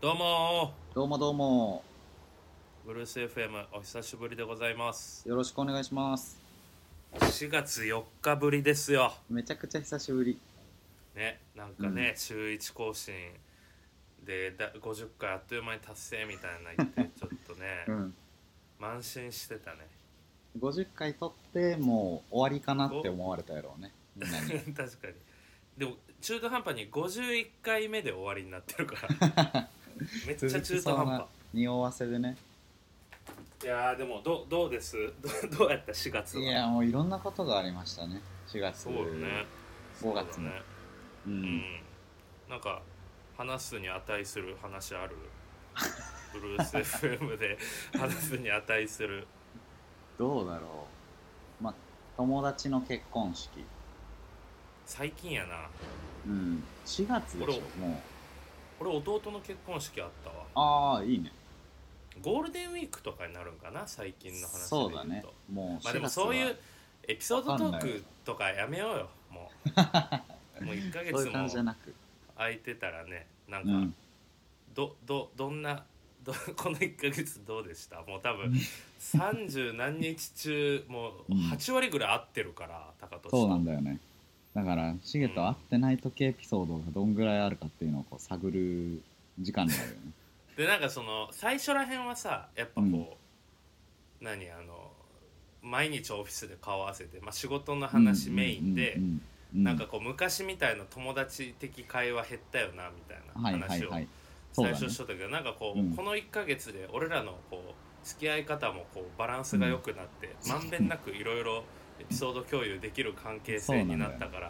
どうもどうもどうもブルース FM お久しぶりでございますよろしくお願いします4月4日ぶりですよめちゃくちゃ久しぶりねなんかね、週1更新でだ50回あっという間に達成みたいな言って ちょっとね、うん慢心してたね 50回撮ってもう終わりかなって思われたやろ うねみんなに確かにでも中途半端に51回目で終わりになってるから めっちゃ中途半端匂わせでねいやーでもどうどうですどうどうやった4月いはやもういろんなことがありましたね4月そうよね5月そうもだねう、うんんなんか話すに値する話 あるブルース FM で話すに値するどうだろうまあ友達の結婚式最近やなうん4月でしょもう俺弟の結婚式あったわああいいねゴールデンウィークとかになるんかな最近の話で言うとそうだねもうまあで4も月そういうはエピソードトーわかんないクとかやめようよも うもう1ヶそういう感月じじゃもなく空いてたらねなんうか、んどどどんなど この1ヶ月どうでしたもう多分30何日中もううん8割ぐらい合ってるから高俊そうなんだだよねだからシゲと会ってない時エピソードがどんぐらいあるかっていうのをこう探る時間だよねでなんかその最初らへんはさやっぱこう、うん何あの毎日オフィスで顔合わせて、まあ、仕事の話メインで、うううなんかこう昔みたいな友達的会話減ったよなみたはいいなはい話をはいそう最だね初しとったけど、なんかこう、うんこの1ヶ月で俺らのこう付き合い方もこうバランスが良くなって、うんまんべんなくいろいろエピソード共有できる関係性になったか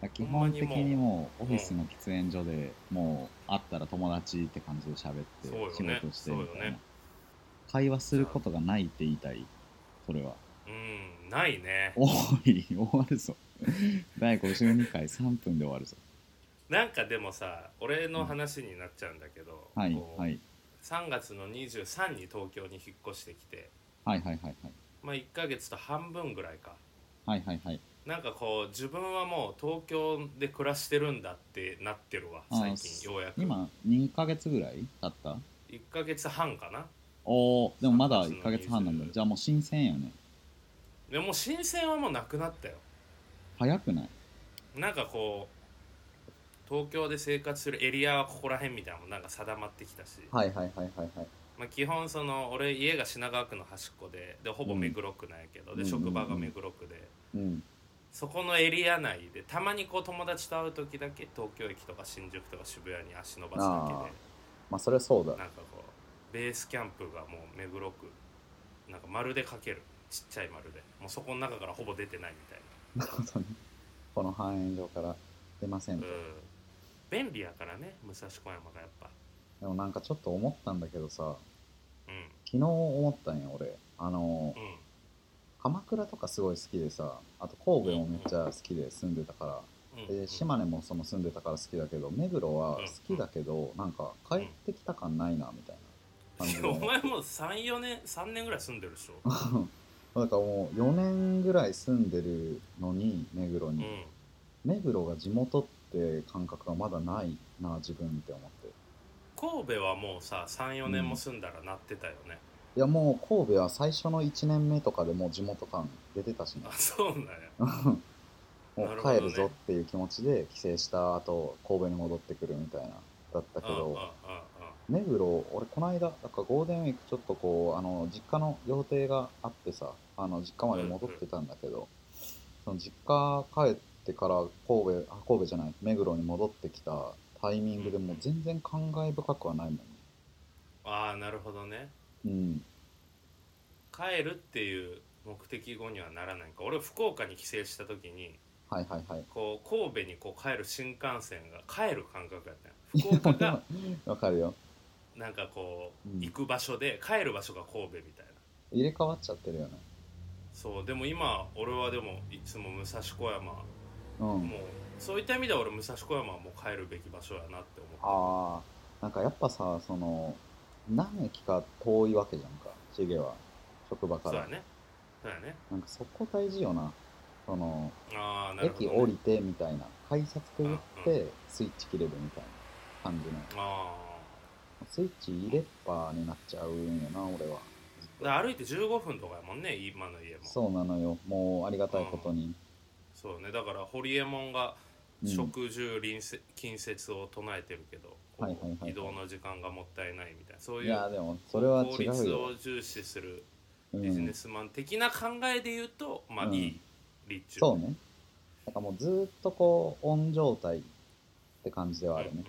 ら基本的にもうほんまにもうオフィスの喫煙所でもう会ったら友達って感じで喋っそうよねて仕事してみそうたよいねな会話することがないって言いたいそれは うんないねおい終わるぞ第52回3分で終わるぞなんかでもさ俺の話になっちゃうんだけど、はいこうはい3月の23に東京に引っ越してきてはいはいはいはいまあ1ヶ月と半分ぐらいかはいはいはいなんかこう自分はもう東京で暮らしてるんだってなってるわあ最ー近ようやく今2ヶ月ぐらい経った1ヶ月半かなおおでもまだ1ヶ月半なんだそうですじゃあもう新鮮やねでもう新鮮はもうなくなったよ早くないなんかこう東京で生活するエリアはここら辺みたいなのもなんか定まってきたし、はいはいはいはいはいまあ、基本その俺家が品川区の端っこででほぼ目黒区なんやけど、でうん職場が目黒区で、うんそこのエリア内でたまにこう友達と会う時だけ東京駅とか新宿とか渋谷に足伸ばすだまあそれはそうだけでなんかこうベースキャンプがもう目黒区なんか丸でかけるちっちゃい丸でもうそこの中からほぼ出てないみたいな。この半円状から出ませんうでん便利やからね武蔵小山がやっぱもなんかちょっと思ったんだけどさう昨日思ったんや俺あのんうん鎌倉とかすごい好きでさあと神戸もめっちゃ好きで住んでたからうんで島根もその住んでたから好きだけど目黒は好きだけどなんか帰ってきた感ないなみたいな感じいでやお前もう34年3年ぐらい住んでるでしょ、なんかもう4年ぐらい住んでるのに目黒うんに、、目黒が地元って感覚がまだないな自分って思って神戸はもうさ34年も住んだらなってたよね、いやもう神戸は最初の1年目とかでもう地元感出てたしねあそうなんやもなるうほどね帰るぞっていう気持ちで帰省した後神戸に戻ってくるみたいなだったけうんうんうんど目黒俺この間なんかゴールデンウィークちょっとこうあの実家の予定があってさあの実家まで戻ってたんだけど、その実家帰ってから神戸あ神戸じゃない目黒に戻ってきたタイミングでもう全然感慨深くはないもんねああなるほどねうん帰るっていう目的語にはならないか俺福岡に帰省した時にはいはいはい こう神戸にこう帰る新幹線が帰る感覚やったよ福岡がわかるよなんかこ ううん行く場所で帰る場所が神戸みたいな入れ替わっちゃってるよねそうでも今俺はでもいつも武蔵小山もううんそういった意味では俺武蔵小山はもう帰るべき場所やなって思っああなんかやっぱさその何駅か遠いわけじゃんかシゲは職場たかそうやら、ねそうやねなんかそこ大事よなそのああなるほど、駅ね、降りてみたいな改札くぐっうんてスイッチ切れるみたいな感じのあスイッチ入れっぱになっちゃうんよな俺だはから歩いて15分とかやもんね今の家もそうなのよもうありがたいことに、そうねだから堀江門がうん食住隣接近接を唱えてるけど、はいはいはいはい移動の時間がもったいないみたいなそういいうやでもそれは効違う率よを、重視するうビジネん、スマン的な考えで言うと、まあうんいい立地そうねなんかもうずーっとこうオン状態って感じではあるね、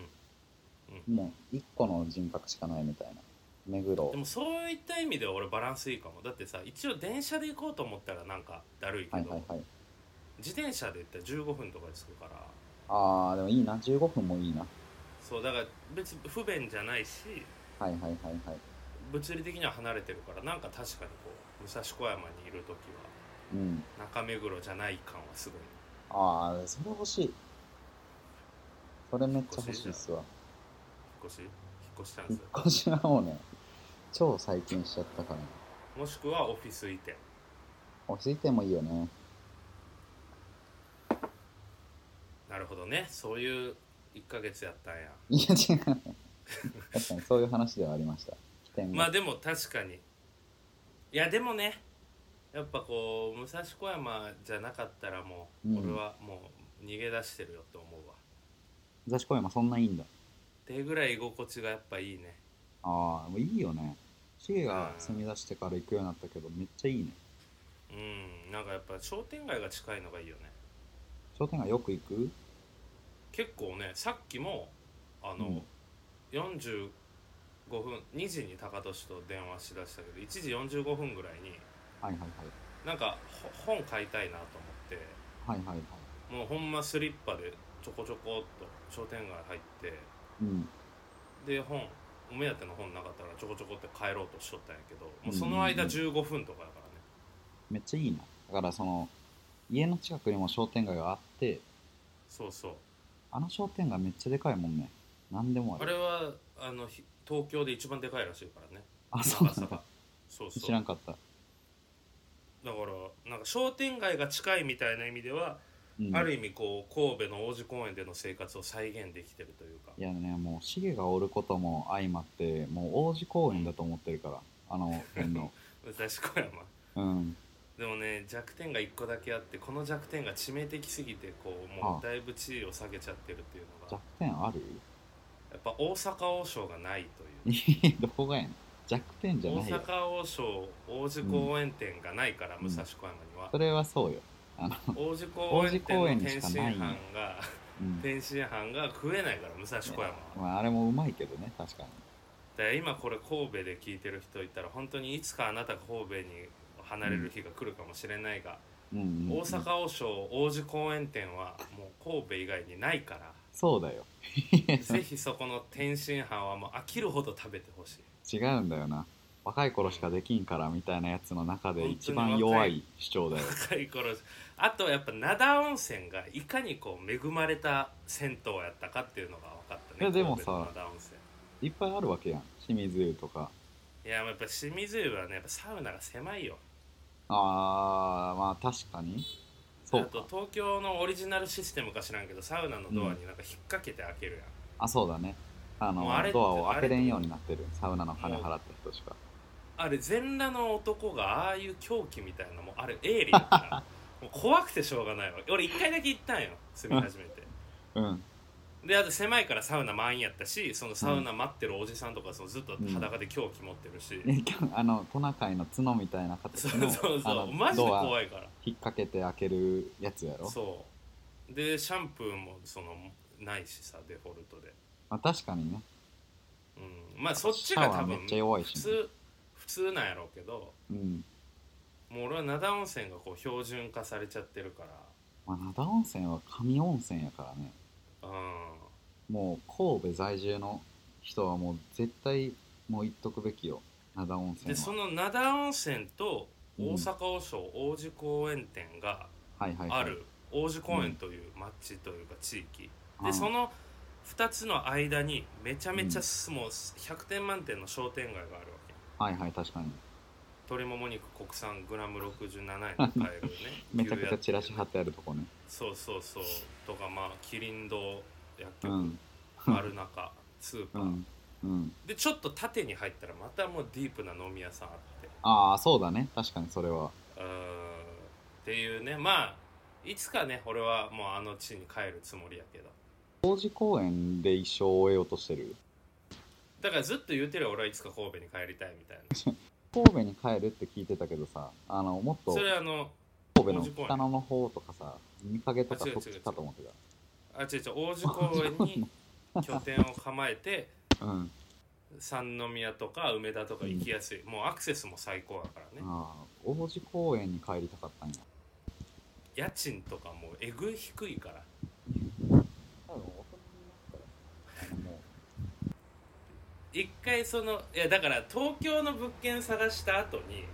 もう一個の人格しかないみたいな目黒でもそういった意味では俺バランスいいかもだってさ一応電車で行こうと思ったらなんかだるいけど、はいはいはい自転車で行ったら15分とかで着くからああでもいいな15分もいいなそうだから別に不便じゃないしはいはいはいはい物理的には離れてるからなんか確かにこう武蔵小山にいる時はうん中目黒じゃない感はすごいああそれ欲しいそれめっちゃ欲しいっすわ引っ越し引っ越したんで引すよっ越しはもうね超最近しちゃったからもしくはオフィス移転落ち着いてもいいよねなるほどねそういう1ヶ月やったんやいや違う確かにそういう話ではあり ました起点がまあでも確かにいやでもねやっぱこう武蔵小山じゃなかったらもうんう俺はもう逃げ出してるよと思うわ、武蔵小山そんないいんだってぐらい居心地がやっぱいいねああもういいよねシゲが住み出してから行くようになったけどめっちゃいいねうんなんかやっぱ商店街が近いのがいいよね商店街よく行く結構ねさっきもあの、45分2時に高俊と電話しだしたけど1時45分ぐらいにはいはいなんかほ本買いたいなと思ってはいはいはいはいもうほんまスリッパでちょこちょこっと商店街入ってうんで本お目当ての本なかったからちょこちょこって帰ろうとしとったんやけどもうその間うん15分とかやからねめっちゃいいなだからその家の近くにも商店街があってそうそうあの商店街めっちゃでかいもんねなんでもああるれはあのひ東京で一番でかいらしいからねあそう長なんさだがそうそう知らんかった、だからなんか商店街が近いみたいな意味では、うん、ある意味こう神戸の王子公園での生活を再現できてるというかいやねもうシゲがおることも相まってもう王子公園だと思ってるからあの辺 の武蔵小山うんでもね弱点が1個だけあってこの弱点が致命的すぎてこうもうだいぶ地位を下げちゃってるっていうのが弱点ある やっぱ大阪王将がないというどこがやねん弱点じゃ大ないよ阪王将王子公園店がないから、うん武蔵小山に はそ、れはそうよあの王子公園店王子公園のに天しか津ない飯がうん天津飯が食えないから武蔵小山は、まあ、あれもうまいけどね確かにだから今これ神戸で聞いてる人いたら本当にいつかあなたが神戸に離れる日が来るかもしれないが、うんうんうん大阪王将王子公園店はもう神戸以外にない からそうだよぜひそこの天津飯はもう飽きるほど食べてほしい違うんだよな若い頃しかできんからみたいなやつの中で一番本当に若弱いい主張 だよ若い頃あとやっぱ灘温泉がいかにこう恵まれた銭湯やったかっていうのが分かったねいやでもさ神戸の灘温泉いっぱいあるわけやん清水湯とかいややっぱ清水湯はねやっぱサウナが狭いよあーまあ確かにそあうとか東京のオリジナルシステムか知らんけどサウナのドアになんか引っ掛けて開けるやん、あそうだねあのもうあれドアを開けれんようになってるサウナの金払った人しかあれ全裸の男がああいう狂気みたいなもうあれ鋭利だから もう怖くてしょうがないわ俺一回だけ行ったんよ住み始めてうんであと狭いからサウナ満員やったしそのサウナ待ってるおじさんとかそのずっと裸で狂気持ってるし、え今日 あのトナカイの角みたいな形そうのそうあそうのマジでドア怖いから引っ掛けて開けるやつやろ、そうでシャンプーもそのないしさデフォルトで、まあ、確かにねうん、まあそっちが多シャワー分めっちゃ弱い普しね通普通なんやろうけどうんもう俺は灘温泉がこう標準化されちゃってるかまあ、灘温泉は神温泉やからねらうんもう神戸在住の人はもう絶対もう行っとくべきよ灘温泉ではその灘温泉と大阪王将王子公園店がはいはいはい、ある王子公園という町というか地域うでんその2つの間にめちゃめちゃすもう100点満点の商店街があるわけはいはい確かに鶏もも肉国産グラム67円で買えるね めちゃくちゃチラシ貼ってあるとこねそうそうそうとかまあキリン堂薬う局、ん丸中スーパうー、んううん。でちょっと縦に入ったらまたもうディープな飲み屋さんあってああ、そうだね。確かにそれは。うーんっていうねまあいつかね俺はもうあの地に帰るつもりやけど当時公演で一生を終えようとしてる。だからずっと言うてるよ俺はいつか神戸に帰りたいみたいな神戸に帰るって聞いてたけどさ、あの、もっとそれあの神戸の当時公演北野の方とかさ、三影とかあ違うそっちかと思ってあ違う違う王子公園に拠点を構え てた。うん。三宮とか梅田とか行きやすい、もうアクセスも最高だからね、ああ、王子公園に帰りたかったんや。家賃とかもうえぐい低いから多分、大人 になっ一回そのいやだから東京の物件探した後に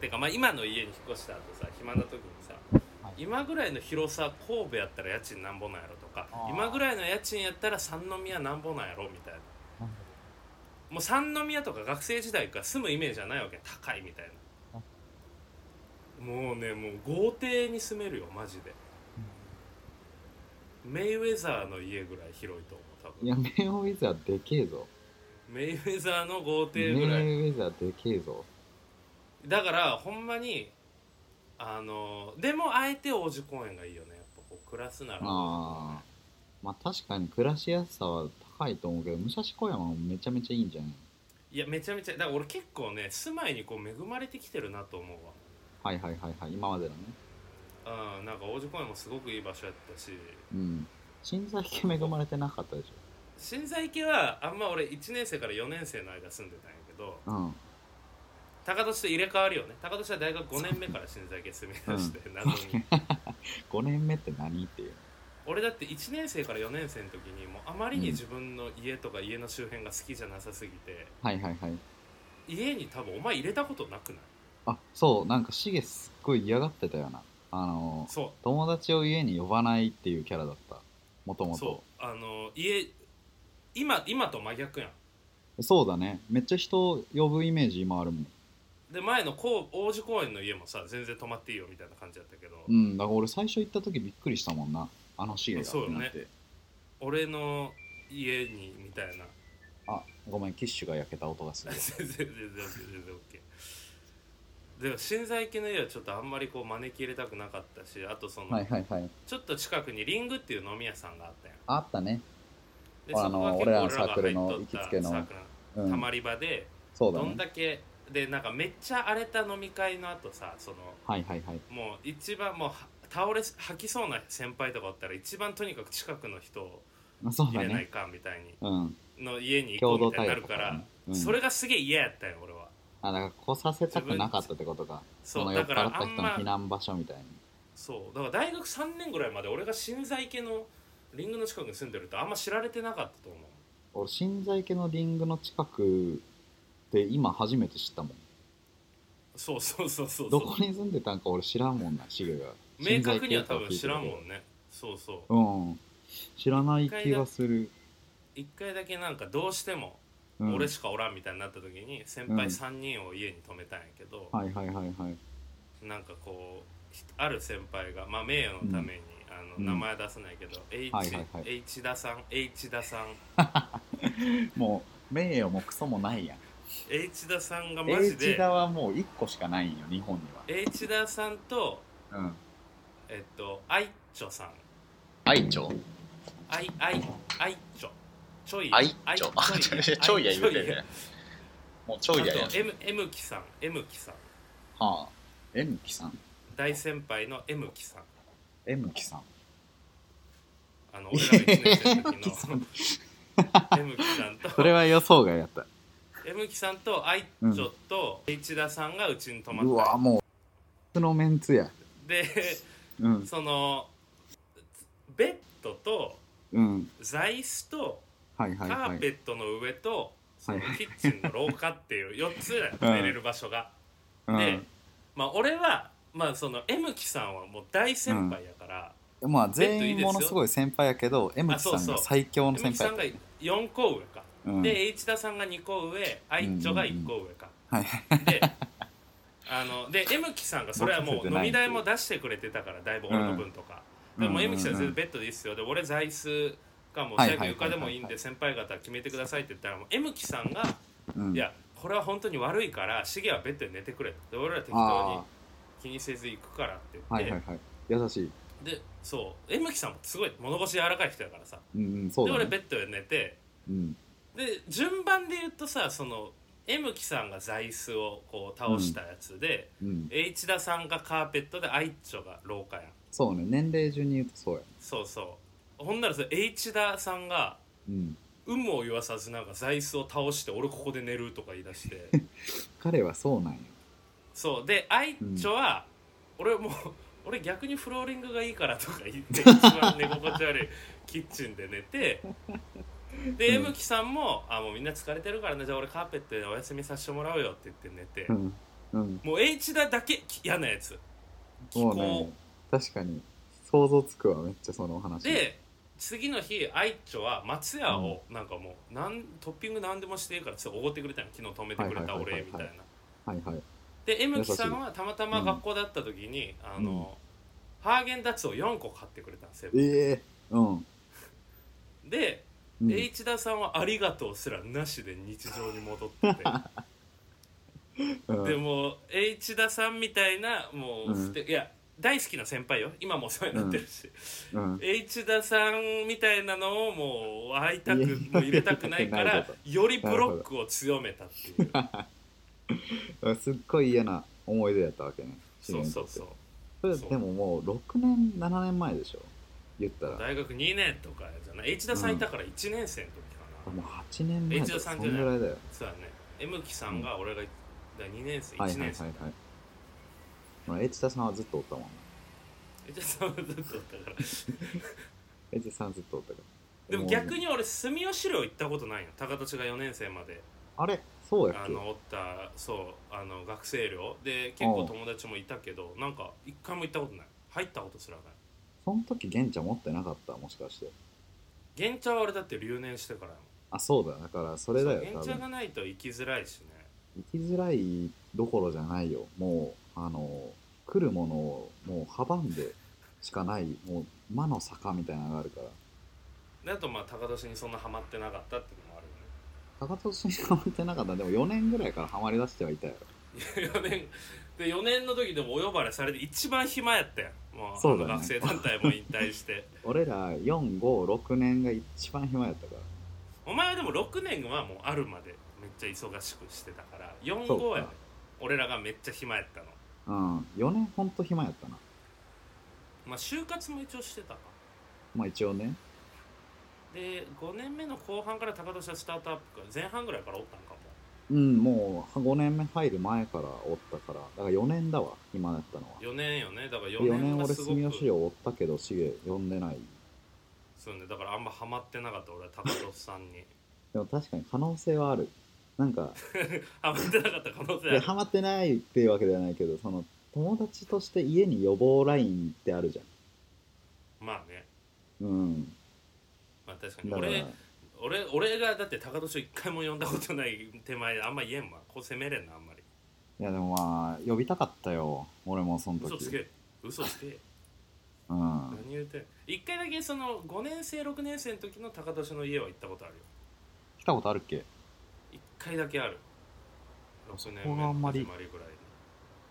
てかまあ今の家に引っ越した後さ暇な時にさ、はい今ぐらいの広さ神戸やったら家賃なんぼなんやろとかあー今ぐらいの家賃やったら三宮なんぼなんやろみたいなたら、もう三宮とか学生時代から住むイメージはないわけ高いみたいなもうねもう豪邸に住めるよマジでメイウェザーの家ぐらい広いと思う多い分や、メイウェザーでけえぞ。メイウェザーの豪メ邸ぐらいイウェザーでけえぞ。だからほんまにあのでもあえて王子公園がいいよねやっぱこう暮らすならああ。まあ確かに暮らしやすさは高いと思うけど、武蔵小山もめちゃめちゃいいんじゃないいやめちゃめちゃだから俺結構ね住まいにこう恵まれてきてるなと思うはいはいはいはい、今までのね。わうんなんか王子公園もすごくいい場所やったしうん。新材系恵まれてなかったでし新在池はあんま俺1年生から4年生の間住んでたんやけどょ。うん。高年と入れ替わるよね高年は大学5年目から新在池住み出 して、謎に5年目って何っていう。俺だって1年生から4年生の時にもうあまりに自分の家とか家の周辺が好きじゃなさすぎて、はいはいはい。家に多分お前入れたことなくないあ、そう、なんかシゲすっごい嫌がってたよな。あの、そ友達を家に呼ばないっていうキャラだった。もとうもそと。うあの家今今と真逆やんそうだね。めっちゃ人呼ぶイメージ今あるもん。で前のこう王子公園の家もさ全然泊まっていいよみたいな感じだったけど、うん、だから俺最初行った時びっくりしたもんな。あのシゲがそうよねってなって俺の家にみたいな あ、ごめん、キッシュが焼けた音がする全。然全然全然全然 OK でも新在家の家はちょっとあんまりこう招き入れたくなかったしあとその、はいはいはい。ちょっと近くにリングっていう飲み屋さんがあったやんあったね。であの俺らのサークルの入っとった行きつけのサークルうのたん。まり場で、そうだどんね。だけでなんかめっちゃ荒れた飲み会の後さそのはいはいはい。もう一番もうは倒れ吐きそうな先輩とかおったら一番とにかく近くの人をまあ、そう入だれないね。かんみたいに、うん。の家に行こう共同みたい体になだるったかからら、ね。うん、それがすげえ嫌やったよ俺はあ、だから来させたくなかったってことか。そそのうだ酔っか払らったあ人んのま避難場所みたいな。そうだから大学3年ぐらいまで俺が新在家のリングの近くに住んでるとあんま知られてなかったと思う俺、新在家のリングの近くで今初めて知ったもん。そうそうそうそうそどうこに住んでたんか俺知らんもんな、シゲが。明確には多分知らん新在家もんねそうそうとは聞いたけど。うん。知らない気がする。一回だけなんかどうしてもうん俺しかおらんみたいになった時に先輩3人を家に泊めたんやけど、はいはいはいはい。なんかこうひある先輩が、まあ、名誉のために、うんあの名前は出せないけど、H, はいはいはい H 田さん H 田さんもう、名誉もクソもないやん。 H 田さんがマジ H で田はもう1個しかないんよ、日本に H 田さんとは。うん。えっとアイチョさん愛知アイアイアイチョちょい愛アイちょ ちょいや言うてるね。もうちあょといややん。 M, M 木さん M 木さんはあ。M 木さん。大先輩の M 木さん M 木さん。あ の俺らが1年生の M 木時さのん M 木さんとそれは予想外やった。 M 木さんとアイチョと H 田さんがうちに泊まったんうよわ、もう、普通のメンツや。でうん。そのベッドとうん。座椅子とはいカはいはーペい。ットの上と、そのはいキッチンの廊下っていう4つだようん寝れる場所が、うでまあ俺はまあその M 木さんはもう大先輩やから、ん。まあ、ベッドいいですよ全員ものすごい先輩やけど、M 木さあんそうがそう最強 M の先木さん輩。が4個上か、うん。で H 田さんが2個上アイチョが1個上か、はい。であので M 木さんがそれはもう飲み代も出してくれてたからだいぶ俺の分とか、でも M 木さんは全然ベッドでいいっすよで俺座椅子かもうはい最悪床でもいいんはいはいはいはでい先輩方決めてくださいって言ったらもう M 木さんがうん、いやこれは本当に悪いからシゲはベッドで寝てくれで俺ら適当にあ気にせず行くからってあ言って、はいはいはい優しいでそう M 木さんもすごい物腰柔らかい人やからさ、うんうんそうで俺だベねッドで寝てうんで順番で言うとさその M 木さんが座椅子をこう倒したやつで、うん、 H 田さんがカーペットでアイッチョが廊下やんそうね年齢順に言うとそうやそうそうほんならさ H 田さんがうん有無を言わさずなんか座椅子を倒して俺ここで寝るとか言い出して 彼はそうなんよそうでアイッチョは、俺もう俺逆にフローリングがいいからとか言って一番寝心地悪いキッチンで寝てで、うん M 木さんも「あもうみんな疲れてるからねじゃあ俺カーペットでお休みさせてもらうよ」って言って寝て、うんうんもう H 田だけき嫌なやつ気も候うね確かに想像つくわめっちゃその話で次の日アイチョは松屋をなんかもうなんトッピング何でもしていいからちょっとおごってくれたの昨日止めてくれたはいはいはいはい俺みたいなはいはいで M 優しい木さんはたまたま学校だった時に、あの、ハーゲンダッツを4個買ってくれたんですよええうんで、うん、 H 田さんは「ありがとう」すらなしで日常に戻ってて うんでも H 田さんみたいなもう、うんふていや大好きな先輩よ今もお世話になってるし、うん、 H 田さんみたいなのをもう会いたくいやもう入れたくない かなるらほよりブロックを強めたっていうすっごい嫌な思い出やったわけねそうそうそうそれそうでももう6年7年前でしょ言ったら大学2年とかじゃない H 田さんいたから1年生の時かな、もう8年前だ一よ度そ三ん十年ぐらいだよそうだね M 木さんが俺がだ2年生1はい年はい生、はいはいまあエチタさんはずっとおったもんな H 田さんはずっとだからエチタさんずっとおったからでも逆うに俺住吉寮行ったことないよ高田が4年生まであれそうやっあけのおったそうあの学生寮で結構友達もいたけどなんか一回も行ったことない入ったことすらないその時玄ちゃん持ってなかったもしかして現茶は俺だって留年してからやもんあそうだよだからそれだよそう多現茶分がないと行きづらいしね行きづらいどころじゃないよもうあの来るものをもう阻んでしかないもう魔の坂みたいなのがあるからであとまあ高年にそんなハマってなかったっていうのもある高田氏にハマってなかったでも4年ぐらいからハマりだしてはいたよよね 4年で4年の時でもお呼ばれされて一番暇やったやんもうそうだあねの学生団体も引退して 俺ら456年が一番暇やったからお前はでも6年はもうあるまでめっちゃ忙しくしてたからそうか45やね俺らがめっちゃ暇やったのうん、4年ほんと暇やったな。まあ就活も一応してたかまあ一応ね。で5年目の後半から高年はスタートアップか前半ぐらいからおったんかもうん、もう5年目入る前からおったから、だから4年だわ、暇だったのは。 4年よねだからで4 4年年が俺すごく住吉を追ったけど、しげ呼んでない。そうねだからあんまハマってなかった俺は高田さんにでも確かに可能性はある。な んか、ハマってなかった可能性いあるやハマってないっていうわけではないけど、その友達として家に予防ラインってあるじまあねゃん。うん。まあ確かにだから、俺俺俺がだって高年を一回も呼んだことない手前あんま言えんわこう攻めれんなあんまりいやでもまあ、呼びたかったよ。俺もその時。嘘つけ嘘つけうん。何言うてん一回だけその5年生6年生の時の高年の家は行ったことあるよ来たことあるっけ一回だけある6年そ目こがあのんまり始まりぐらい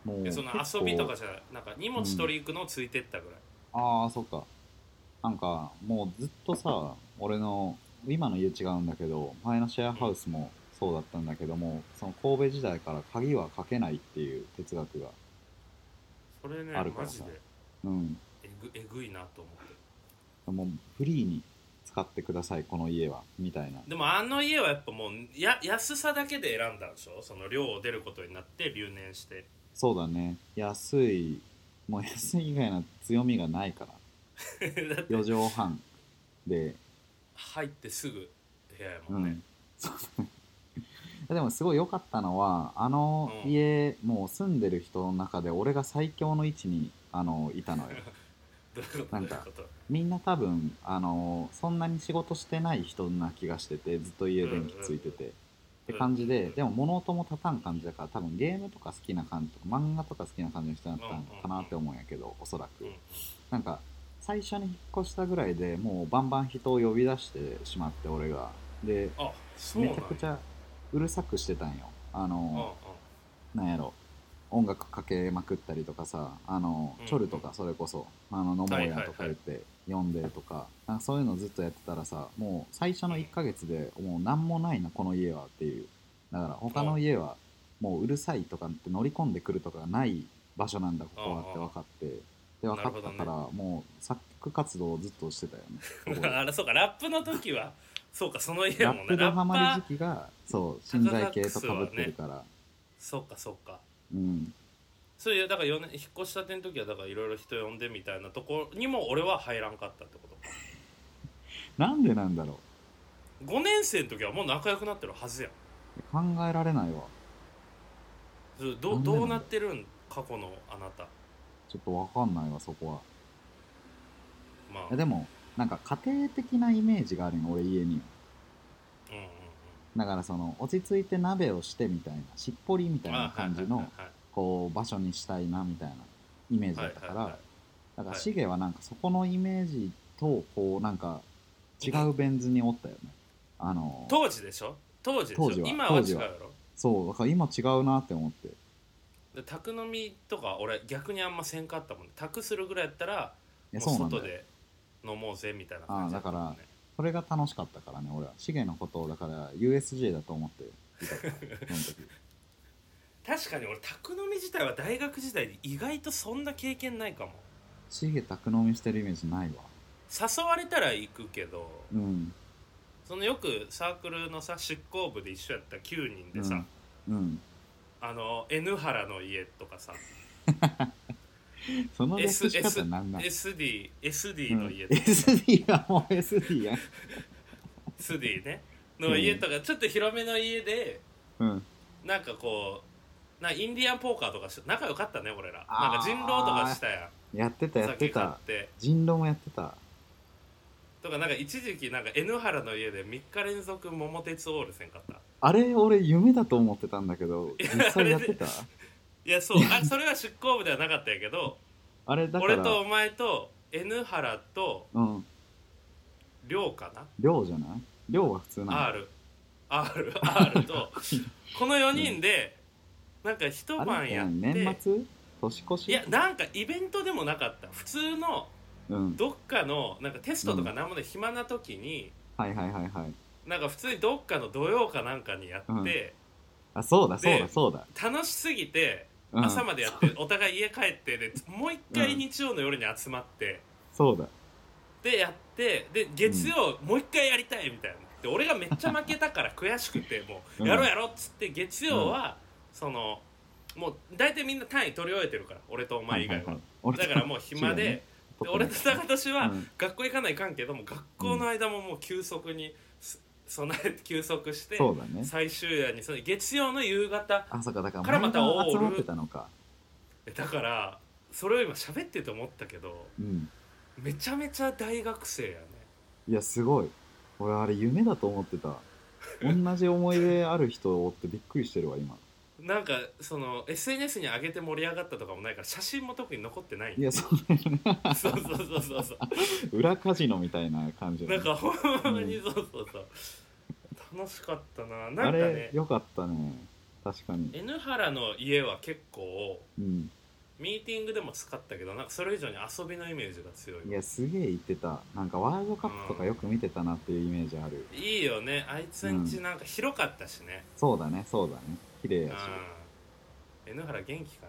もうでその遊びとかじゃなんか荷物うん取り行くのをついてったぐらい、ああ、そっか。なんか、もうずっとさ、俺の、今の家違うんだけど、前のシェアハウスもそうだったんだけども、その神戸時代から鍵はかけないっていう哲学が。それねあるかマらさジでうん。えぐえぐいなと思ってもうフリーに使ってください、この家は。みたいな。でもあの家はやっぱもうや安さだけで選んだんでしょその寮を出ることになって留年 してそうだね。安い、もう安い以外の強みがないから。だって4畳半で、入ってすぐ部屋やうもんね、ん。そうだねでもすごい良かったのはあの家、もう住んでる人の中で俺が最強の位置にあのいたのよどういうことどうなんいうかことみんな多分あのそんなに仕事してない人な気がしててずっと家電気ついてて、って感じで、でも物音も立たん感じだから多分ゲームとか好きな感じとか漫画とか好きな感じの人だったんかなって思うんやけど、おそらく、うんうんなんか最初に引っ越したぐらいでもうバンバン人を呼び出してしまって俺がであそうなんめちゃやくちゃうるさくしてたんよあうんうんのなんやろ音楽かけまくったりとかさあのうんチョルとかそれこそ「あの飲もうや」とか言って読んでとかなんかそういうのずっとやってたらさもう最初の1ヶ月でもう何もないなこの家はっていうだから他の家はもううるさいとかって乗り込んでくるとかがない場所なんだここはって分かってで分かったなかるらもう作曲活動をずっとしてたよ ねここであらそうかラップの時はそうかその家やラもッんねプラドッハマパりー時期がそう信在系とかぶってるから、そうかそうかうんそういうだから四年引っ越したての時はだからいろいろ人呼んでみたいなとこにも俺は入らんかったってことなんでなんだろう5年生の時はもう仲良くなってるはずやん考えられないわそれどなんうでなんだどうなってるん過去のあなたちょっとわかんないわそこはまいあやでもなんか家庭的なイメージがあるの俺家にうんうんうんだからその落ち着いて鍋をしてみたいなしっぽりみたいな感じあはのいはいこう場所にしたいなみたいなイメージだはいったはいかはいはいはらいだからはいシゲはなんかそこのイメージとこうなんか違うベン図におったよねあの当時でしょ当時でしょ当時は今は当違時うはやろそうだから今違うなって思ってで宅飲みとか俺逆にあんませんかったもんね宅するぐらいやったらえもうそうなんだ外よで飲もうぜみたいな感じやったもんねそれが楽しかったからね俺はシゲのことをだから USJ だと思っていたから その時確かに俺宅飲み自体は大学時代に意外とそんな経験ないかもシゲ宅飲みしてるイメージないわ誘われたら行くけどうんそのよくサークルのさ執行部で一緒やった9人でさ、うんあの N 原の家とかさその略 S し方なんなん SD, SD うんの家とか、 SD はもう SD やん SD ねの家とかちょっと広めの家でうんなんかこうなインディアンポーカーとかして仲良かったね俺らあーなんか人狼とかしたややってたんやって酒買ったて人狼もやってたとかなんか一時期なんか N 原の家で3日連続桃鉄オールせんかったあれ俺夢だと思ってたんだけどいや実際やっ てたいや そうあそれは執行部ではなかったんやけどあれだか俺とらお前と N 原とうん亮かな量じゃない量は普通なの R R R とこの4人でなんか一あ晩れやっってて年末年越しいやなんかイベントでもなかった普通のうんどっかのなんかテストとかなんもない暇な時に、はいはいはいはいなんか普通にどっかの土曜かなんかにやって、あそうだそうでだそうだ楽しすぎてうん朝までやって、お互い家帰ってでもう一回日曜の夜に集まって、そうだでやってで月曜もう一回やりたいみたいなで俺がめっちゃ負けたから悔しくてもううんやろうやろうっつって月曜は、そのもう大体みんな単位取り終えてるから俺とお前以外は,、いいい俺とだからもう 暇で,、違うねで俺と高年は、うん学校行かないかんけども学校の間ももう休息にす備えて休息してそうだね最終夜にその月曜の夕方あそうかだからからまた前が集オールまってたのかだからそれを今喋ってて思ったけどうんめちゃめちゃ大学生やねいやすごい俺あれ夢だと思ってた同じ思い出ある人を追ってびっくりしてるわ今なんかその SNS に上げて盛り上がったとかもないから写真も特に残ってないいやそうだよねそうそうそうそうそう裏カジノみたいな感じだなねんかほんまにそうそうそう、楽しかったななあんかれねよかったね確かに N 原の家は結構うんミーティングでも使ったけどなんかそれ以上に遊びのイメージが強いいやすげえ言ってたなんかワールドカップとかよく見てたなっていうイメージあるいいよねあいつんちなんか広かったしね、そうだねそうだね綺麗うんやし N 原元気か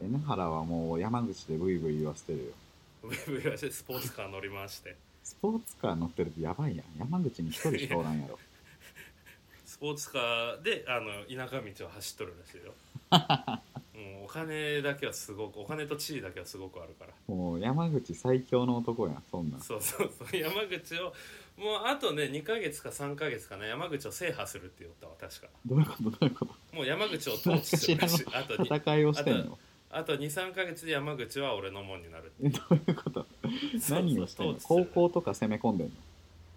な N 原はもう山口でブイブイ言わせてるよブイブイはしてスポーツカー乗り回してスポーツカー乗ってるとやばいやん山口に一人しかおらん やろスポーツカーであの田舎道を走っとるらし いよもうお金だけはすごくお金と地位だけはすごくあるからもう山口最強の男やんそんなんそうそうそう山口をもうあとね2ヶ月か3ヶ月かな山口を制覇するって言ったわ確かどういうことどういうこともう山口を統治するらしいあとに戦いをしてんのあと23ヶ月で山口は俺のもんになるってえどういうこと何をしてんのそうそう統治高する校とか攻め込んでんの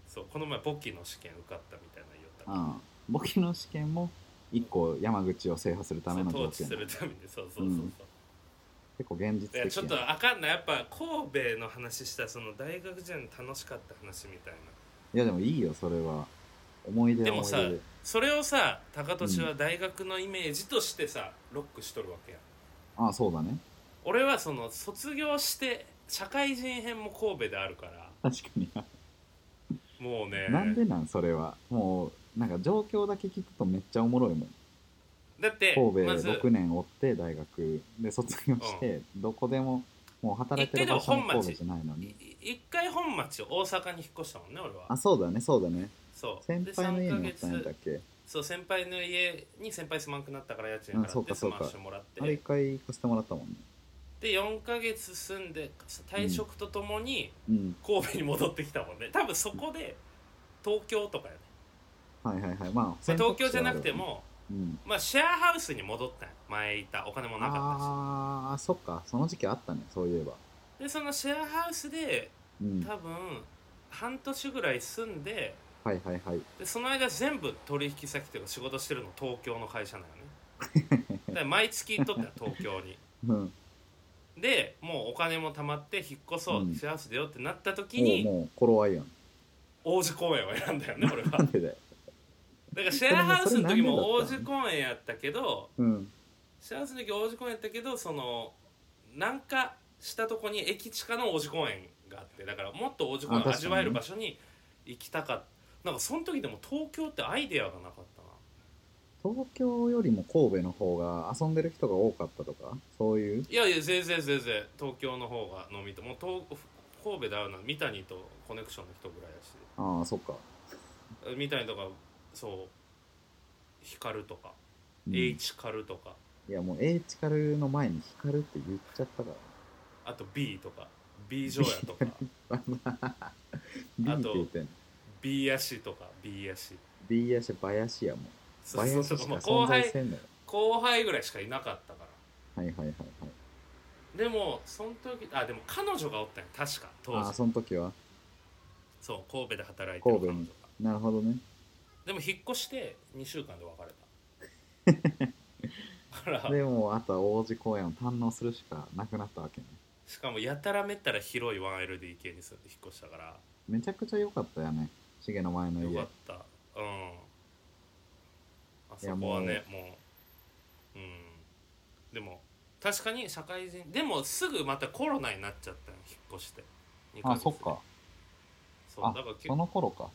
そうこの前簿記の試験受かったみたいな言ったからうん簿記の試験も一個山口を制覇するためのそう条統治件するためにそうそうそうそう、うん結構現実的いややなちょっとあかんなやっぱ神戸の話したその大学時代の楽しかった話みたいないやでもいいよそれは思い出ではも思いさ出でそれをさ高俊は大学のイメージとしてさロックしとるわけやんああそうだね 俺はその卒業して社会人編も神戸であるから確かに、もうねなんでなんそれはもうなんか状況だけ聞くとめっちゃおもろいもんだって神ま戸ず6年おって大学で卒業してどこでももう働いてる場所も神戸じゃないのいに一回本町を大阪に引っ越したもんね俺はあそうだねそうだねそう先で輩の家3ヶにおったんやっ月たっけそう先輩の家に先輩住まんくなったから家賃払あそっうてか住そうまかわしてもらっあれ一て回行かせてもらったもんねで4ヶ月住んで退職とともにうん神戸に戻ってきたもんね多分そこで東京とかやねはいはいはいまあまあ選東択肢京じゃなくてはもあるよねうんまあシェアハウスに戻ったんや前いたお金もなかったしああそっかその時期あったねそういえばでそのシェアハウスでうん多分半年ぐらい住んではいはいはいでその間全部取引先というか仕事してるの東京の会社なのね だから毎月行っとったよ東京にうんでもうお金も貯まって引っ越そう、うんシェアハウス出ようってなった時もうにもう頃合いやん王子公園を選んだよね 俺はなんでだよだからシェアハウスの時も王そ子れ何年だった公園やったけどうんシェアハウスの時王子公園やったけどその南下したとこに駅近の王子公園があってだからもっと王子公園をあ確かに味わえる場所に行きたかったなんかその時でも東京ってアイデアがなかったな東京よりも神戸の方が遊んでる人が多かったとかそういういやいや全然全然東京の方が飲みともう東神戸で会うのは三谷とコネクションの人ぐらいだしああそっか、三谷とかそう光とか、うんい H カルとかやもう H カルの前に光るって言っちゃったからあと B とか B ジョーヤ とか B あってと言ってんの B ヤシとか B ヤシ B やし林やもんそうそう林そしうかまあ存後在輩せんのよ後輩ぐらいしかいなかったかはいはいはいはいらでもその時あでも彼女がおったんや確か当あ時あーその時はそう神戸で働いてる彼神戸女がになるほどねでも引っ越して2週間で別れ ただからでもあとは王子公園を堪能するしかなくなったわけねしかもやたらめったら広い 1LDK にす引っ越したからめちゃくちゃ良かったよねシゲの前のよか家ったうんあそこはねもううんでも確かに社会人でもすぐまたコロナになっちゃったの引っ越して2ヶあ月でそっかそうあだから結その頃か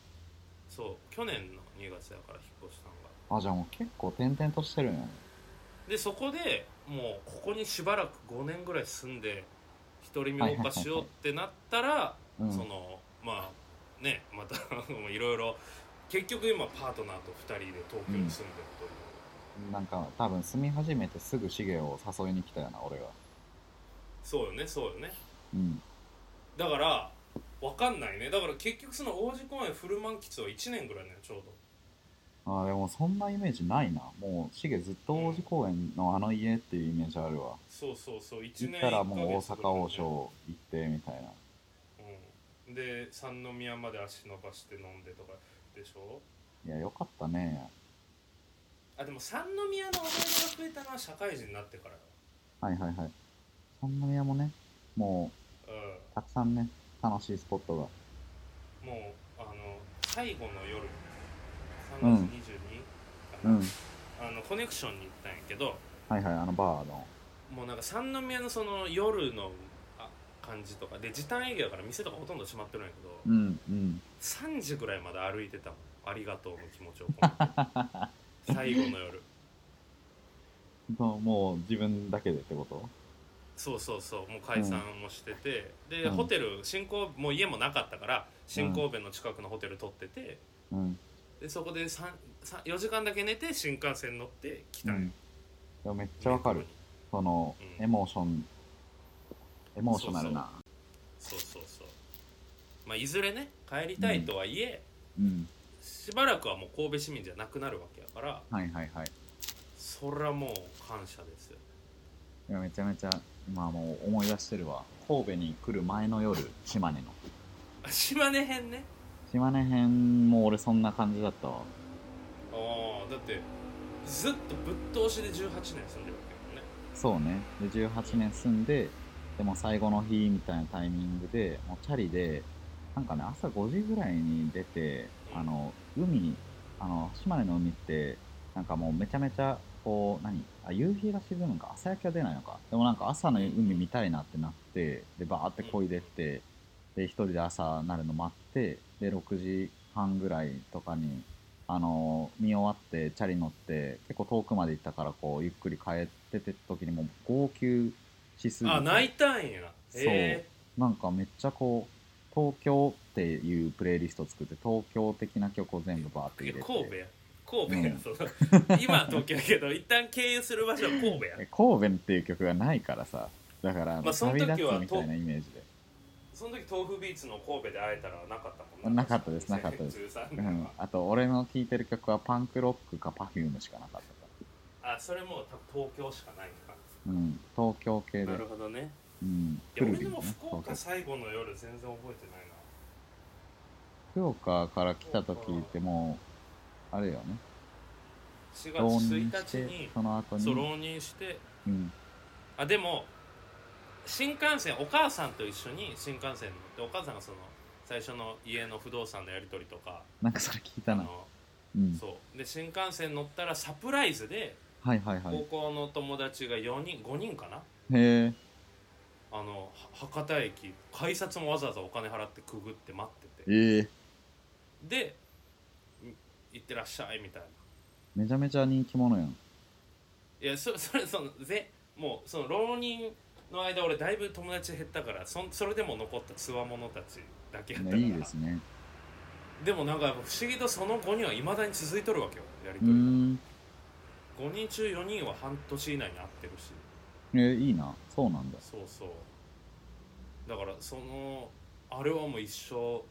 そう去年の2月だから引っ越したのがあじゃあもう結構転々としてるんやねでそこでもうここにしばらく5年ぐらい住んで独り身謳歌しようってなったら、うんそのまあねまた もういろいろ結局今パートナーと2人で東京に住んでるという、なんか多分住み始めてすぐシゲを誘いに来たよな俺はそうよねそうよねうんだからわかんないねだから結局その王子公園フル満喫は1年ぐらいねちょうあでもそんなイメージないなもうシゲずっと王子公園のあの家っていうイメージあるわどそうそうそう1行年ったらもう大1ヶ月ぐ阪らいね王将行ってみたいなうんで三宮まで足伸ばして飲んでとかでしょいやよかったねあでも三宮の思い出が増えたのは社会人になってからはいはいはい三宮もねもようたくさんね楽しいスポットがうんもうあの最後の夜う3ん月22うかな、んあのコネクションに行ったんやけどはいはいあのバーのもうなんか三宮のその夜のあ感じとかで時短営業だから店とかほとんど閉まってるんやけど、うんうん3時ぐらいまで歩いてたもんありがとうの気持ちを込 めて最後の夜そうもう自分だけでってことそうそうそうもう解散もしてて、で、うんホテル新神もう家もなかったから新神戸の近くのホテル取ってて、うんでそこで三三4時間だけ寝て新幹線乗って来うたんよ、んでもめっちゃわかるそのうんエモーションエモーショナルなそうそうそうまあいずれね帰りたいとはいえ、うんしばらくはもう神戸市民じゃなくなるわけやからはいはいはいそりゃもう感謝ですよいやめちゃめちゃ今もう思い出してるわ神戸に来る前の夜島根のあ島根編ね島根編も俺そんな感じだったわああだってずっとぶっ通しで18年住んでるわけだもんねそうねで18年住んででも最後の日みたいなタイミングでもうチャリでなんかね朝5時ぐらいに出てあの海あの島根の海ってなんかもうめちゃめちゃこう何あ夕日が沈むのか朝焼けは出ないのかでもなんか朝の海見たいなってなってでバーって漕いでってで一人で朝なるの待ってで6時半ぐらいとかにあの見終わってチャリ乗って結構遠くまで行ったからこうゆっくり帰ってて時にもう号泣しすぎてあ泣いたんやそうへなんかめっちゃこう東京っていうプレイリストを作って東京的な曲を全部バーってえ入れて神戸や神戸や、う んその今は東京やけど一旦経由する場所は神戸やえ神戸っていう曲がないからさだから、まあその旅時立はつみたいなイメージでその時豆腐ビーツの神戸で会えたらなかったもんなかったですなかったです2013う年はん、あと俺の聴いてる曲はパンクロックか Perfume しかなかったか、あそれもう多分東京しかないのからうん、東京系でなる、ほどねうん、いや俺古いでよねも福岡東京最後の夜全然覚えてないな福岡から来た時ってもうあれよね4浪人し月1日てにその後そうに浪人してうんあでも新幹線お母さんと一緒に新幹線に乗ってお母さんがその最初の家の不動産のやり取りとかなんかそれ聞いたあなのうんそうで新幹線乗ったらサプライズではいはいはい高へ校の友達が4人5人かなえあのは博多駅改札もわざわざお金払ってくぐって待っててええでい行ってらっしゃいみたいなめちゃめちゃ人気者やんいやそ それそのぜもうその浪人の間俺だいぶ友達減ったからそんそれでも残ったつわものたちだけやったからねいいですねでもなんかやっぱ不思議とその5人はいまだに続いとるわけよやりうとーりがん5人中4人は半年以内に会ってるしえーいいなそうなんだそうそうだからそのあれはもう一生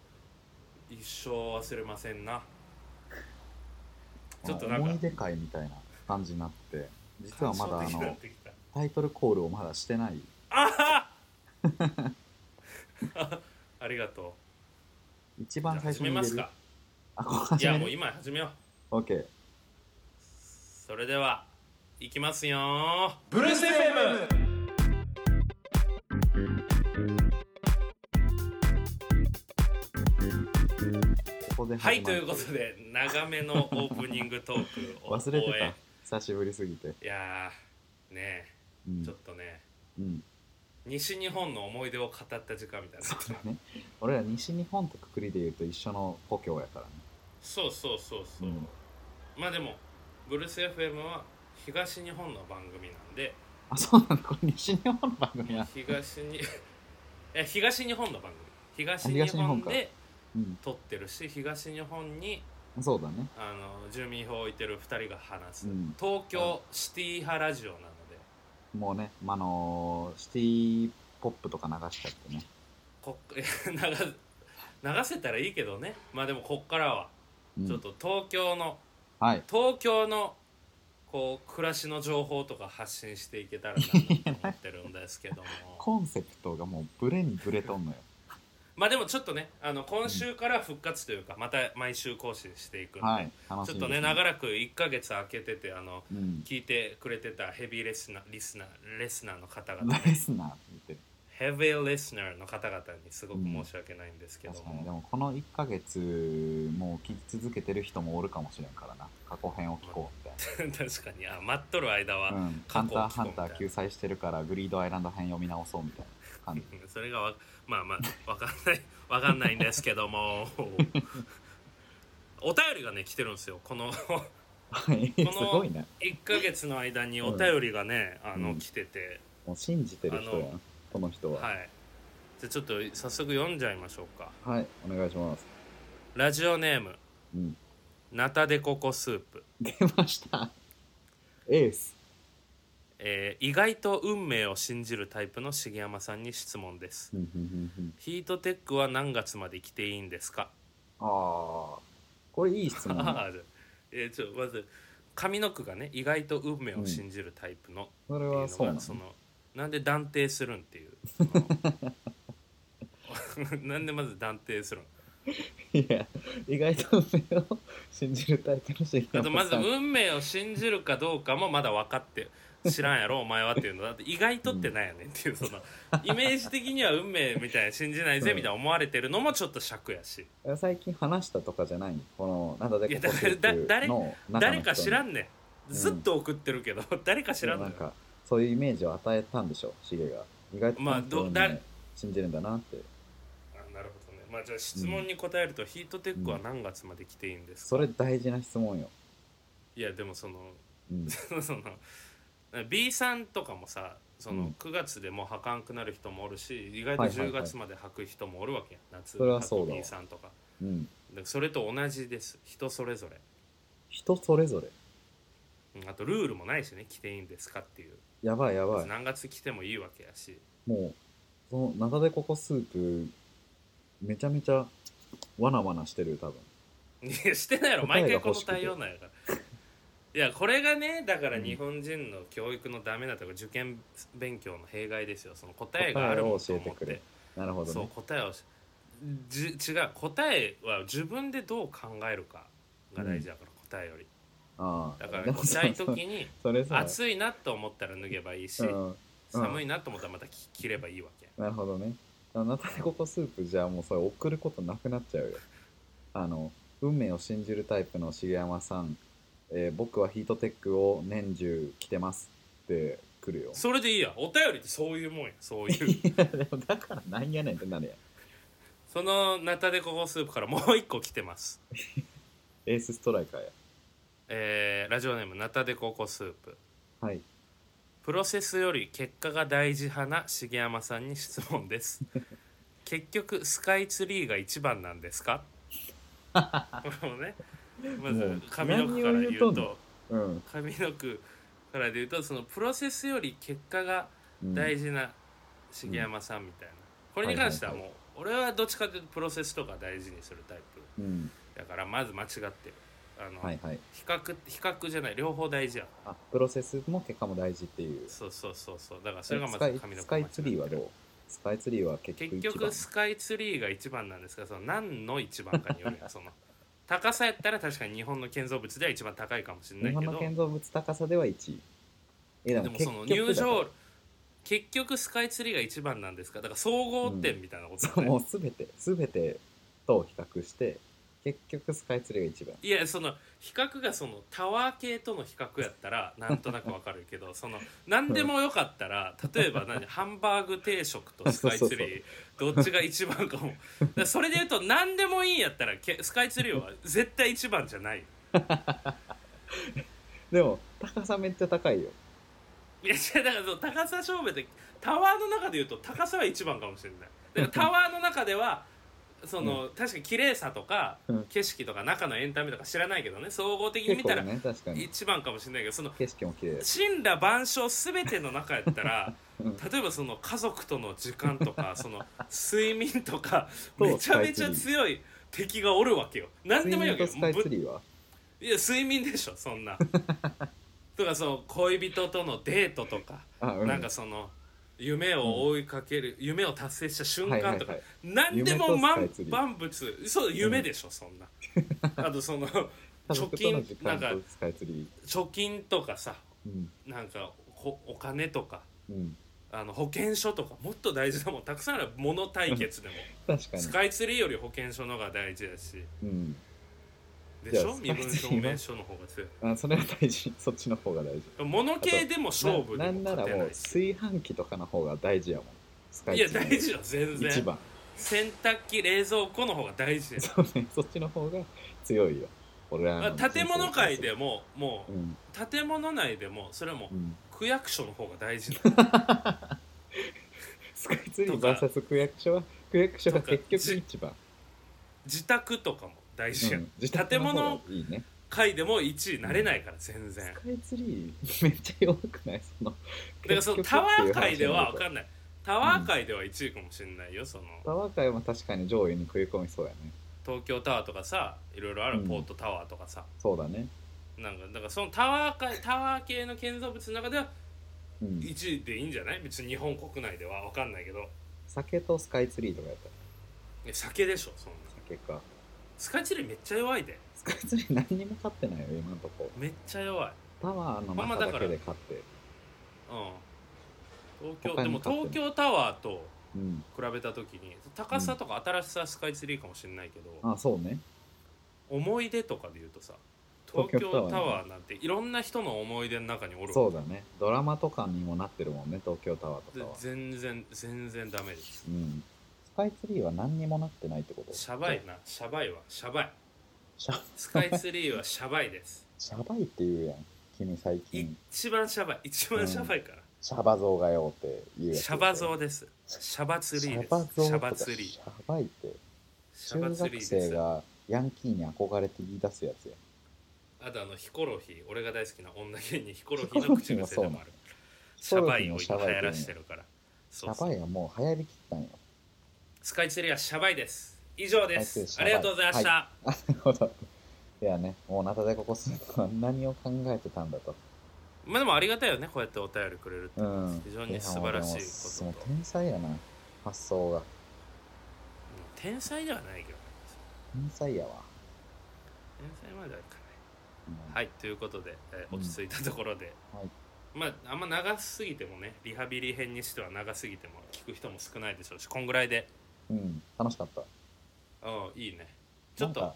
一生忘れませんなちょっとなんか思い出会みたいな感じになって実はまだあ感傷的になっのてきたタイトルコールをまだしてないあは ありがと一うじゃ番あ最始初めにま入すれるかあここ始いやめもうる今始めよう OK それでは、いきますよーブルース FM! ここでは始い、まといるうことで、長めのオープニングトークを 忘れ終えてた久しぶりすぎていやー、ねうえ、んちょっとね、うん西日本の思い出を語った時間みたいな。そうだね俺ら西日本とくくりで言うと一緒の故郷やからねそうそうそうそう。うんまあでも、ブルース FM は東日本の番組なんで、あそうなんだこれ西日本の番組や東に、 え、東日本の番組。東東日日本本かでうん撮ってるし、東日本にそうだねあの住民票を置いてる2人が話す、うん東京シティ派ラジオなのでもうね、まああのーシティポップとか流しちゃってねこっ 流流せたらいいけどねまあでもこっからはうんちょっと東京の、はい東京のこう暮らしの情報とか発信していけたらなと思ってるんですけどもコンセプトがもうブレにブレとんのよ。 まあでもちょっとねあの今週から復活というかまた毎週更新していくんで、はい、楽ちしょっとみですね長らく1ヶ月空けててあのうん。聞いてくれてたヘビーレスナーリスナーレスナーの方々ねレスナーって言ってる。ヘビーリスナーの方々にすごく申し訳ないんですけど確かに。でも、もこの1ヶ月、もう聞き続けてる人もおるかもしれんからな。過去編を聞こう み確かにあ待っとる間たいは、な。うん。過去ハンを聞こうみたいなターハンター救済してるから、グリードアイランド編読み直そうみたいな感じ。それがわまあまあわかんない わかんないんですけども お便りがね来てるんですよこのはい。のすごいね。 1ヶ月の間にお便りがね、あうのん来てて、もう信じてる人やあん。この人は。はいじゃあちょっと早速読んじゃいましょうかはい。お願いします。ラジオネームうん。ナタデココスープ、出ました。エース。えー意外と運命を信じるタイプの茂山さんに質問ですうんうんうんうんヒートテックは何月まで着ていいんですかああ。これいい質問だ。 ああえーちょまず上の句がね意外と運命を信じるタイプのそれっていうのはがそうなのそのなんで断定するんっていうその なんでまず断定するんいや、意外と運命を信じるタイプの人いあとまず運命を信じるかどうかもまだ分かって知らんやろお前はっていうのだって意外とってなんやねんっていうそのイメージ的には運命みたいな信じないぜみたいな思われてるのもちょっと尺やし最近話したとかじゃないこのなんだでいやここっていうだだの中の人誰にか知らんねうんんずっと送ってるけど 誰か知らんのなんよかそういうイメージを与えたんでしょシゲが意外とまあこの人どだね信じるんだなってあなるほどねまあじゃあ質問に答えるとヒートテックは何月まで来ていいんですかそれ大事な質問よ、いやでもその うん、その B さんとかもさそうのん9月でもう履かんくなる人もおるし意外とはいはいは10い月まで履く人もおるわけやん夏それはそうだわ B さんとかうん、でそれと同じです人それぞれ人それぞれうんあとルールもないしね着ていいんですかっていうやばいやばい何月着てもいいわけやしもうそのナタデココスープめちゃめちゃわなわなしてる多分いやしてないやろ答毎えが回この欲しくて対応なんやからいやこれがねだから日本人の教育のダメなところ受験勉強の弊害ですよその答えがあるもんと答えを教思えってくてれなるほどそうね答えをしじ違う答えは自分でどう考えるかが大事だから、答えよりああだかでらも着さたい時に それさ暑いなと思ったら脱げばいいし、うん、寒いなと思ったらまた着着ればいいわけなるほどねあのナタデココスープじゃあもうそれ送ることなくなっちゃうよあの運命を信じるタイプの重山さん、えー僕はヒートテックを年中着てますって来るよそれでいいやお便りってそういうもんやそういう いやでもだからなんやねんってなるやんそのナタデココスープからもう一個来てますエースストライカーやえーラジオネームナタデココスープはいプロセスより結果が大事派な重山さんに質問です 結局スカイツリーが一番なんです かこのねまもずう上の句から何を言言うとうんのとうん、上の句からで言うとそのプロセスより結果がうん、大事な重山さんみたいな、これに関してはもう、俺はどっちかというとプロセスとか大事にするタイプうんだからまず間違ってるあの、はいはい比較比較じゃない両方大事やあプロセスも結果も大事っていうそうそうそうそうだからそスれがまずカ紙のイ子スカイツリーはどうスカイツリーは結局結一局番スカイツリーが一番なんですがその何の一番かによ るやんその高さやったら確かに日本の建造物では一番高いかもしれな日いけ本のど建造物高さでは1位えででもその入結局だから場結局スカイツリーが一番なんですかだから総合点みたいなことそだうね、もうすべてすべてと比較して結局スカイツリーが一番いやその比較がそのタワー系との比較やったらなんとなくわかるけ どその何でもよかったら例えば何ハンバーグ定食とスカイツリーどっちが一番かもだからそれで言うと何でもいいんやったらけスカイツリーは絶対一番じゃないでも高さめっちゃ高いよいや違うだからその高さ勝負でタワーの中で言うと高さは一番かもしれないだからタワーの中ではその、確かに綺麗さとか、うん景色とか中のエンタメとか知らないけどね総合的に結見た構らね確かに一番かもしれないけどその景色も綺麗だし、神羅万象全ての中やったらうん例えばその家族との時間と かその睡眠とかとめちゃめちゃスカイツ強い敵がおるわけよ何で睡もいいわ眠けよとスカイぶツリーはいや睡眠でしょそん なとかその恋人とのデートとかあ、うなんかその夢を追いかける、夢を達成した瞬はいは間いとか、はい何でも万夢とスカイツリー万物そう夢でしょ、そんなあとその 家族との時貯金な間んとスカイツリ貯金とかさーうんなんかこお金とかうんあの保険証とかもっと大事なもんたくさんある物対決でも確かにスカイツリーより保険証の方が大事だしうんでしいょ身や分スカイツ証リーは明書の方が強いあそれは大事 そっちの方が大事物系でも勝負なでなんもなら勝てもうないし炊飯器とかの方が大事やもんスカいイやツリ大ー事よ全一然番洗濯機冷蔵庫の方が大事やそうねそっちの方が強いよ俺らの人生まあ建物界でももうんう建物内でもそれはもううん区役所の方が大事な スカイツリとーか VS 区役所は区役所が結局一番、自宅とかも大事や、うんん、自宅の方がいいね階でも1位になれないから全然、スカイツリーめっちゃ弱くないそのだからそのタワー界では分かいんないタワー界では1位かもしれないよそのタワー界は確かに上位に食い込みそうやね東京タワーとかさいろいろあるうんポートタワーとかさ、そうだねなんかだからそのタワー界タワー系の建造物の中ではうん1位でいいんじゃない別に日本国内では分かんないけど酒とスカイツリーとかやったらいや酒でしょそんな酒かスカイツリーめっちゃ弱いでスカイツリー何にも勝ってないよ今のとこめっちゃ弱いタワーのほんまだ中からだけで勝ってうん東京で他にもも買って東る京タワーとうん。比べた時に高さとか新しさはスカイツリーかもしれないけど、あ、そうね。思い出とかで言うとさ東東京京タタワーねワーなんていろんな人の思い出の中におるそうだね。ドラマとかにもなってるもんね、東京タワーとでかは。全然全然ダメですうん。スカイツリーは何にもなってないってことシャバい。なシャバいはシャバいシャスカイツリーはシャバいですシャバいって言うやん。君最近。一番シャバい一番シャバいから、シャバ像がよって言うやつ。シャバ像ですシャバツリーシャでバすシ像ャとバかツリーシャバいって。シャ中バツリ学ーで生すがヤンキーに憧れて言い出すやつや。あとあのヒコロヒー俺が大好きな女芸人ヒコロヒーの口癖でもあるシヒャコロバヒいーをもシ今ャバいって言うんや流行らしてるからシそうャそうバいはもう流行りきったんよ。スカイツリーはシャバいです以上でスカイすツあリりがーシャバいとうございました、なるほど。い やね、もうなたでここ数年は何を考えてたんだと。まあでもありがたいよねこうやってお便りくれるって、うん。非常に素晴らしいことやもうもう天才やな、発想が。天才ではないけどね天才やわ。天才まではいかうんないはいということで、えーうん落ち着いたところで、はいまああんま長すぎてもねリハビリ編にしては長すぎても聞く人も少ないでしょうしこんぐらいでうん、楽しかった。うんいいねちょっなんとか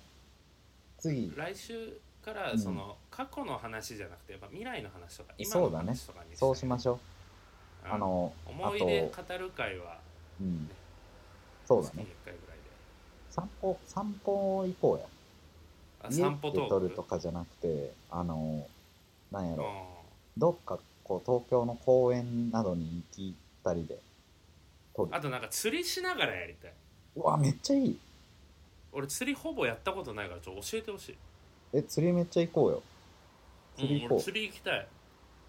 次、来週からうんその、過去の話じゃなくてやっぱ未来の話とか今そのうだね話とかにそうしまょしょう。うあの、あ思い出と、語る会はうん。そうだ月にね。 1回ぐらいで散歩、散歩行こうや。あ家散歩でト撮ーるクとかじゃなくて、あの、なんやうんろ、どっかこう東京の公園などに行きたりで撮るあ。となんか釣りしながらやりたいうわ、めっちゃいい。俺釣りほぼやったことないからちょっと教えてほしいえ、釣りめっちゃ行こうよ。釣りうん、行こう俺釣り行きたい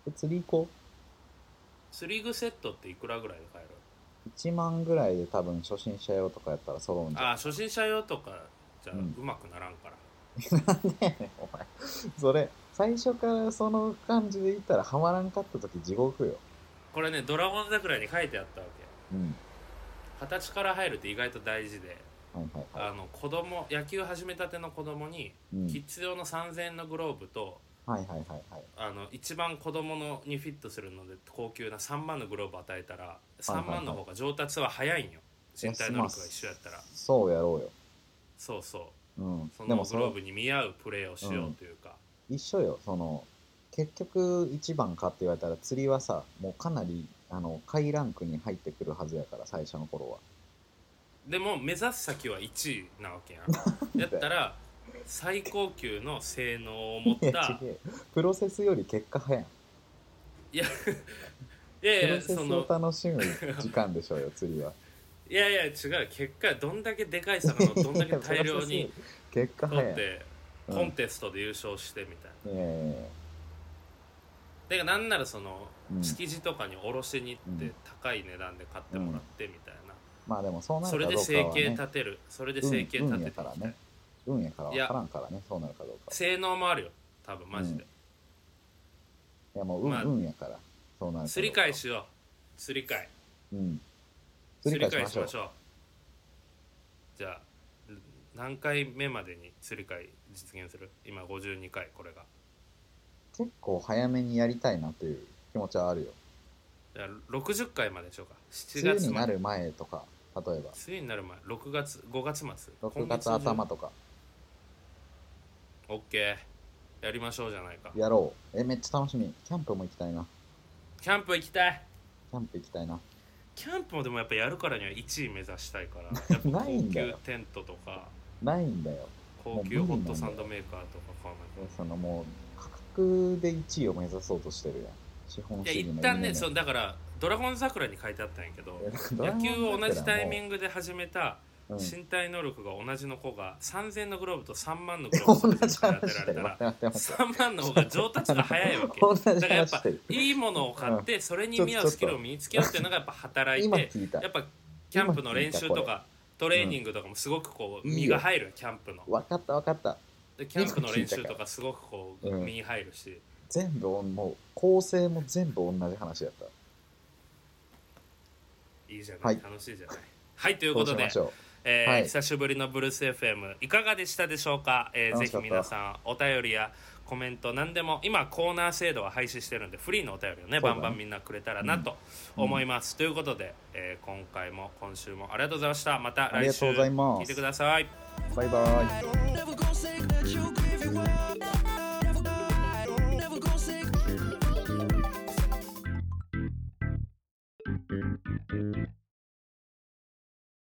え、釣り行こ釣り具セットっていくらぐらいで買えるう。1万ぐらいで多分初心者用とかやったら揃うんじゃん。ああ初心者用とかじゃあ、ううんまくならんから ねえお前それ最初からその感じで言ったらハマらんかった時地獄よこれね「ドラゴン桜」に書いてあったわけうん形から入るって意外と大事で、はいはいはあの子供野球始めたての子供に、い、うん、キッズ用の3000円のグローブとはいはいはいはいあの一番子供のにフィットするので高級な3万のグローブ与えたら3万の方が上達は早いんよ身体能力が一緒やったらそうやろうよ、そうそうんうそ、でのもグそローれブに見合うプレーをしようというか、一緒よその結局一番かって言われたら釣りはさもうかなりあの下位ランクに入ってくるはずやから最初 の頃はでも目指す先は1位なわけやんやったら最高級の性能を持っいたや違えプロセスより結果早いいやいやプいやロセスそをの楽しむ時間でしょうよ 釣りはいやいや違う結果どんだけでかい 魚をどんだけ大量いやにプロセスより結果取早っい、てうんコンテストで優勝してみたいなええだからなんならそのうん築地とかに卸しに行っうてん高い値段で買ってもらってみたいな、まあでもそうなそるれかでどう生かは、計ね、立てるそれで生計立運ててやいきたかいらね運やからいや分からんからねそうなるかどうか性能もあるよ多分マジで、いやもう運,、まあ運やからそうなるかどうか釣り返しよう釣り返うん釣釣りり会返ししままししょうじゃあ何回目までに釣り会実現する今52回これが結構早めにやりたいなという気持ちはあるよじゃあ60回まででしょうか7梅雨月にまなでる前とか例えば梅雨になる前6月5月末6月頭とか OK やりましょうじゃないかやろうえめっちゃ楽しみキャンプも行きたいなキャンプ行きたいキャンプ行きたいなキャンプもでもやっぱやるからには1位目指したいからやっぱ ない高んだ級よテントとかないんだよ高級ホットサンドメーカーとか買わなきゃそのもう価格で1位を目指そうとしてるやん資本いや主義の一旦ね夢そのだから「ドラゴン桜」に書いてあったんやけど野球を同じタイミングで始めたグ身体能力が同じの子が3000のグローブと3万のグロー同ブじと話当てしらてれるた待っらて待って待って3万の方が上達が早いわけ同じだからやっ話しぱてるいいものを買ってそれに見合うスキルを身につけようっていうのがやっぱ働い今て聞いたやっぱキャンプの練習とかトレーニングとかもすごくこう身が入るキャンプの分かった分かったでキャンプの練習とかすごくこう身に入るし全部おんもう構成も全部同じ話やったいいじゃなはいい楽しいじゃないはいというそこうとしでましょうえーはい久しぶりのブルース FM いかがでしたでしょうか、えー楽ぜしひかった皆さんお便りやコメント何でも今コーナー制度は廃止してるんでフリーのお便りをねそうだバねンバンみんなくれたらなと思います、ということで、えー今回も今週もありがとうございましたまたあり来が週とうございます聞いてくださいバイバイ。 Never gonna say that you give it up.